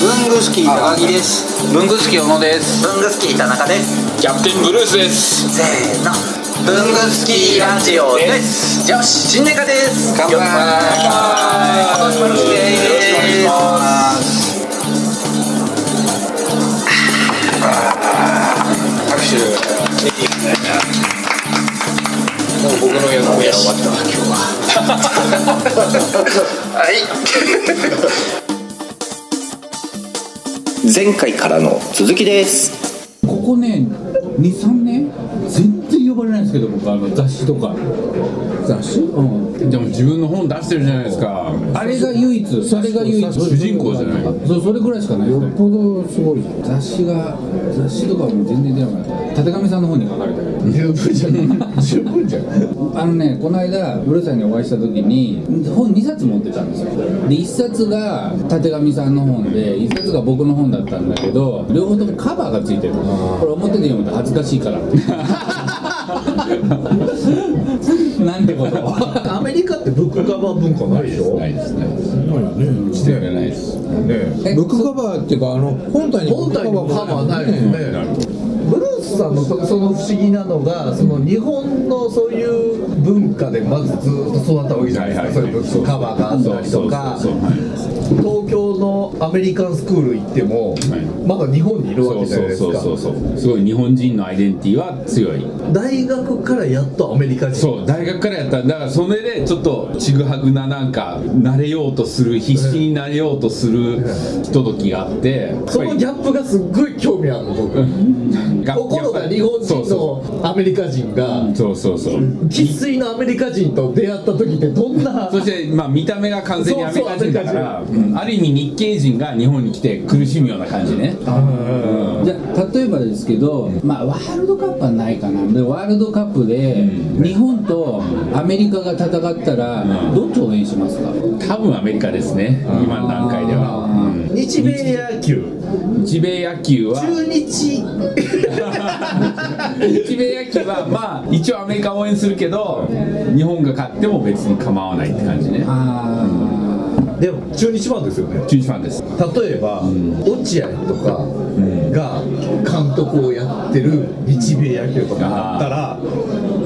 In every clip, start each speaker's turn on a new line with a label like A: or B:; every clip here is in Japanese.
A: 文具好き高木です
B: 文具好き小野です
A: 文具好き田中です
C: キャプテンブルースです
A: せーの文具好きラジオですよし新年会です
B: 乾杯
A: 今年もよろしくです
B: 拍手もう僕の役目は終わったわ今日は
D: 前回からの続きです
E: ここね23年全然呼ばれないんですけど僕あの雑誌とか雑誌うん
C: でも自分の本出してるじゃないですか
E: あれが唯一あれが唯一
C: 主人公じゃない
E: そうそれぐらいしかないよっぽどすごい雑誌が雑誌とかはもう全然出なくなったたてがみさんの方に書かれたけど
F: 十分じゃない十分じゃない
E: あのねこの間ブルーさんにお会いした時に本2冊持ってたんですよで1冊がたてがみさんの本で1冊が僕の本だったんだけど両方ともカバーがついてるこれ表で読むと恥ずかしいから ってなんてこと
F: アメリカってブックカバー文化ないでしょないですねないよねしてないですね
E: え
G: ブックカバーっていうかあの本体に
F: 本体のカバーないですねブルースさんのその不思議なのがその日本のそういう文化でまずずっと育ったわけじゃないですか、そういうブックカバーがあったりとか東京のアメリカンスクール行っても、まだ日本にいるわ
C: そう
F: けじゃない
C: そう
F: です
C: そう
F: か
C: そうそうすごい日本人のアイデンティティは強い
F: 大学からやっとアメリカに
C: そう大学からやっただからそれでちょっとちぐはぐななんか慣れようとする必死になれようとするひとときがあってやっ
F: そ
C: ぱり
F: のギャップがすっごい興味あるの僕
C: が
F: 心
C: やっぱ
F: が
C: り
F: 日本
C: そうそう
F: 人のアメリカ人が
C: そうそうそう
F: 生粋のアメリカ人と出会った時ってどんな
C: そして、まあ、見た目が完全にアメリカ人だから
F: そう
C: うんある意味日系人が日本に来て苦しむような感じね
E: じゃあ例えばですけど、まあ、ワールドカップはないかなでワールドカップで日本とアメリカが戦ったらどっちを応援しますか
C: 多分アメリカですね今の段階では、うん
F: 日米野球
C: 日米野球は
F: 中日
C: 日米野球はまあ一応アメリカ応援するけど日本が勝っても別に構わないって感じね
E: あ
F: でも中日ファンですよね
C: 中日ファンです
F: 例えば、落合とかが監督をやってる日米野球とかだったら、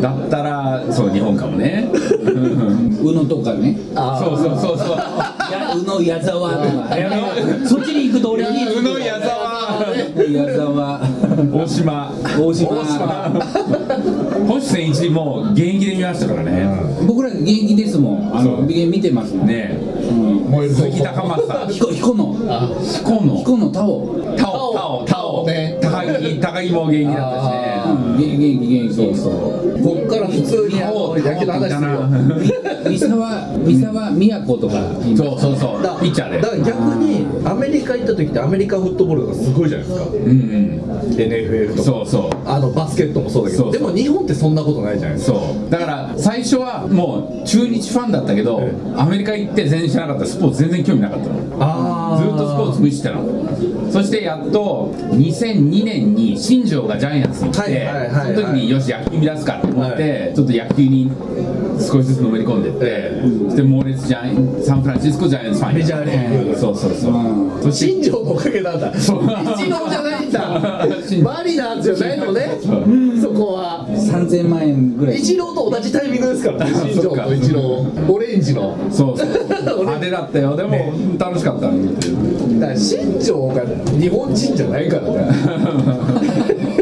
C: だったらそう日本かも ねうん
E: ー宇野とかね
C: そうそうそうそう
E: や宇野矢沢とか
C: 矢沢
E: そっちに行くと俺は
C: 宇野矢沢
E: 矢沢
C: 大島
E: 大島
C: 星選一も現役で見ましたからね
E: 僕ら現役ですもんあ
C: そ
E: の
C: う
E: 見てますもん
C: ね
E: うん
F: 燃えるぞ
C: 鈴木高松さん
E: 彦彦の
C: 彦野
E: 彦の田を
C: タオタオタオ
F: ね
C: 高木高木も現役だったしね
E: うん現役現役そう
F: こっから普通にあの野球の話するよ
E: 三沢三沢宮子とかいます
C: そうそうそう
F: だ
C: ピッチャーで
F: だから逆にアメリカ行った時ってアメリカフットボールがすごいじゃないですか
C: うん、
F: NFL
C: うん、
F: とか
C: そうそう
F: あのバスケットもそうだけ
C: そ
F: ど
C: うそ
F: で
C: う
F: も日本ってそんなことないじゃないですか
C: そうだから最初はもう中日ファンだったけど
F: え
C: アメリカ行って全然知らなかったスポーツ全然興味なかったのず
F: あ
C: っとスポーツ無視してたのそしてやっと2002年に新庄がジャイアンツに来て、
F: はいはいはいはい
C: その時によし野球見出すかと思って、ちょっと野球に少しずつのめり込んでって、そして猛烈ジャイアンサンフランシスコジャイアンツファンに
F: メジャーリーグ
C: そうそうそう、そして
F: 新庄のおかげなんだ一
C: そう
F: 郎じゃないん だマリナーズじゃないのねそこは
E: 三千万円ぐらい
F: 一郎と同じタイミングですからね
C: あ
F: 新
C: そ
F: 庄
C: っか
F: と一郎オレンジの
C: そうそう派手だったよでも、楽しかった
F: だから新庄が日本人じゃないから ね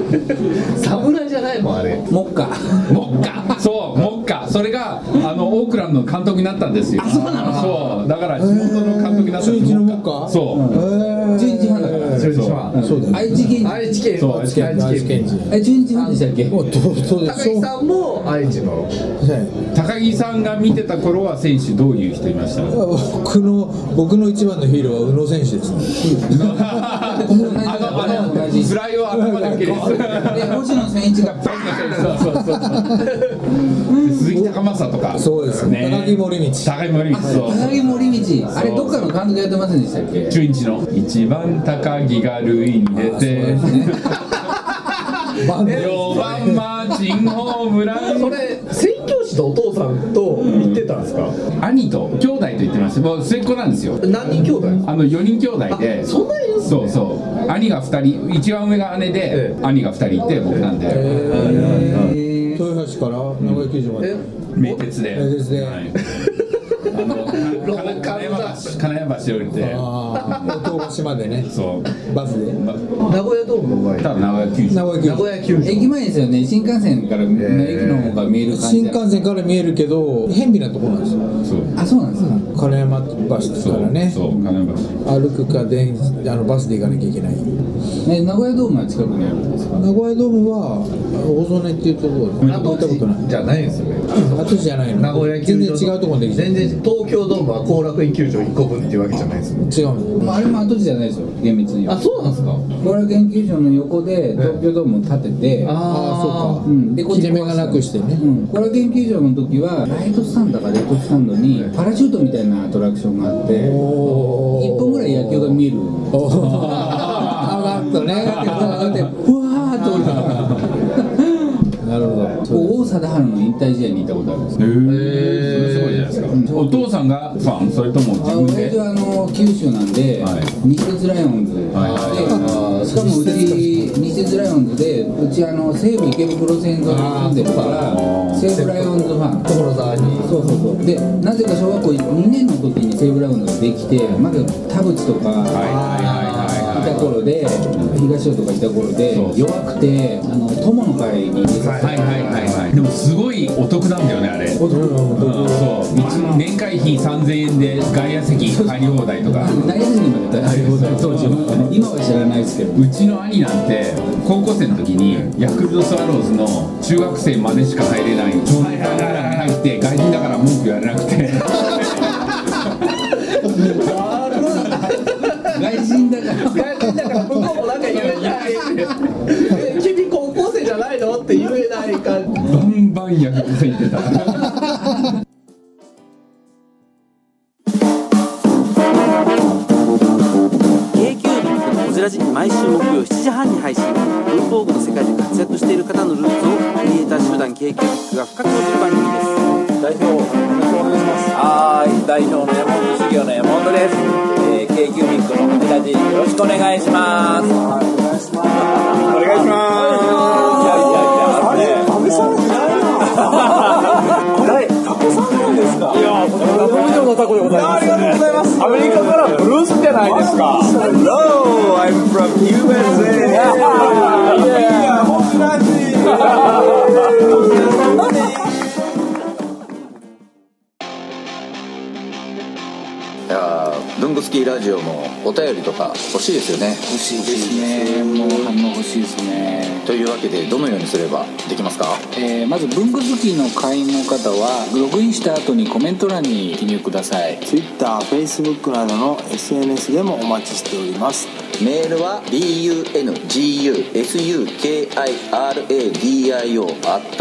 F: 侍じゃないもんあれ
E: もっか
C: モッカそうモッカそれがあのオークランドの監督になったんですよそうなのそうだから地元の監督になったんです
G: 中日のモッカ
C: そう
E: 純一班だから
F: 中日は
G: そうだよ
E: 愛知県
F: 愛知県
C: そう
F: 愛知県愛知県
E: え純一班でしたっけ
G: もうそうそうで
F: 高
G: す
F: 木さんも愛知の
G: そうね
C: 高木さんが見てた頃は選手どういう人いました
G: 僕の僕の一番のヒーローは宇野選手です
C: あのあのフライを頭で受ける
E: で星野千一がバ
C: そうそうそう鈴木高政とか
G: そうです
C: ね
G: 高木森道
C: 高木森道そう
E: 高木森道あれどっかの監督やってませんでしたっけ
C: 中日の一番高木が塁に出て
G: バンド
C: 4番マーチンホームラン
F: それ宣教師とお父さんと行ってたんですか
C: あ兄と兄弟と言ってましたもう末っ子なんですよ
F: 何人兄弟
C: あの4人兄弟で
F: あそんなにいるんすね
C: そうそう兄が2人一番上が姉で、
F: え
C: 兄が2人いて僕なんで、
G: 豊橋から名古屋球場まで
F: え
C: 名鉄で
G: 名鉄で
C: はい、あの金金山橋金山橋降りて
G: ああ東橋までね
C: そう
G: バスで
C: ま
F: 名古屋ドームの場合
C: ただ名古屋球
G: 名
C: 場
G: 古屋球
F: 名
G: 場
F: 古屋球場
E: 駅前ですよね新幹線から、駅の方が見える感じ
G: 新幹線から見えるけど変微なとこなんですよ
C: そう
E: あそうなんですか
G: 金山橋からね
C: そう金山橋
G: 歩くか電あのバスで行かなきゃいけない
E: ね名古屋ドームは近くにあるんですか
G: 名古屋ドームは大曽根っていうところで行ったことない
F: じゃないんですよね
G: 跡地じゃないの
F: 名古屋球
G: 全
F: 場
G: 然違うところでできてる
F: 全然東京ドームは後楽園球場1個分っていうわけじゃないですよね
G: 違うん
E: まああれも後地じゃないですよ厳密には
F: そうなんですか
E: 後楽園球場の横で東京ドームを建てて、
G: ああ
E: う、
G: そうん
E: で
G: か切れ目がなくしてね
E: うん、後楽園球場の時はライトスタンドかレフトスタンドにパラシュートみたいなアトラクションがあって1本ぐらい野球が見える
G: おお上がったね
E: 上がって上がってふわーっと降りて くる
G: なるほど
E: 王貞治の引退試合に行ったことあるんです
C: へえそれすごいじゃないですか、
E: うん
C: お父さんがファンそれとも
E: あ
C: 自分
E: 親
C: で
E: 父はあの九州なんで、
C: はい
E: 日鉄ライオンズで、
C: はいは
E: しかもうち日鉄ライオンズでうちあの西武池袋線沿いに住んでるから
C: ー
E: 西武ライオンズファン
F: 所沢に
E: そうそうそうでなぜか小学校2年の時に西武ライオンズができてまだ田淵とか、
C: はいはい
E: い
C: はいはい
E: た頃で東尾とかいた頃で
C: そう
E: 弱くてあの友の会に入れさせて
C: はいはいはいはいでもすごいお得なんだよねあれうんそう一年会費3000円で外野席入り放題とか
E: 内野手にまで大変
C: 当時は
E: 今は知らない ですけど
C: うちの兄なんて高校生の時にヤクルトスワローズの中学生までしか入れない少年団が入って外人だから文句言われなくて
E: 外人だから
F: 外人だから向こうもなんか言えない え君高校生じゃないのって言えない感じ
C: バンバンヤクルト行ってた
H: こちらじ毎週木曜7時半に配信文房具の世界で活躍している方のルーツをクリエイター集団 k q b i c が深く落ちる番組です
I: 代表お願いしますはい代表の山本修行の山本です、えー、k q b i c の小ラジよろしくお願いしますはいお願いしますお願いしますいやいやいやあれ亀さんじゃないな誰タコさんなんですかいや東京のタコでございますありがとうございますアメリカからブルースじゃないですか Hello I'm from USA いや本ラ
D: いやー文具スキーラジオもお便りとか欲しいですよね
I: 欲しいですねもう反応欲しいですね
D: というわけでどのようにすればできますか
I: えーまず文具好きの会員の方はログインした後にコメント欄に記入ください
H: TwitterFacebook などの SNS でもお待ちしております
D: メールは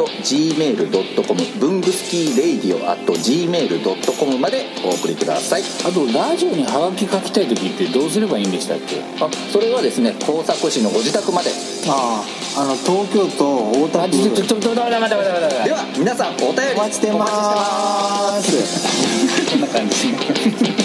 D: bunguskiradio.gmail.com 文具スキーレイディオ .gmail.com までお送りください
I: あとラジオにハガキ書きたい時ってどうすればいいんでしたっけ
D: あそれはですね工作士のご自宅まで
H: あああの東京都大田
I: あちょちょちょちょ待って待って待って待って
D: では皆さんお便り
H: お待ちしてま
D: お待ちしてます
I: こ
H: す
I: んな感じ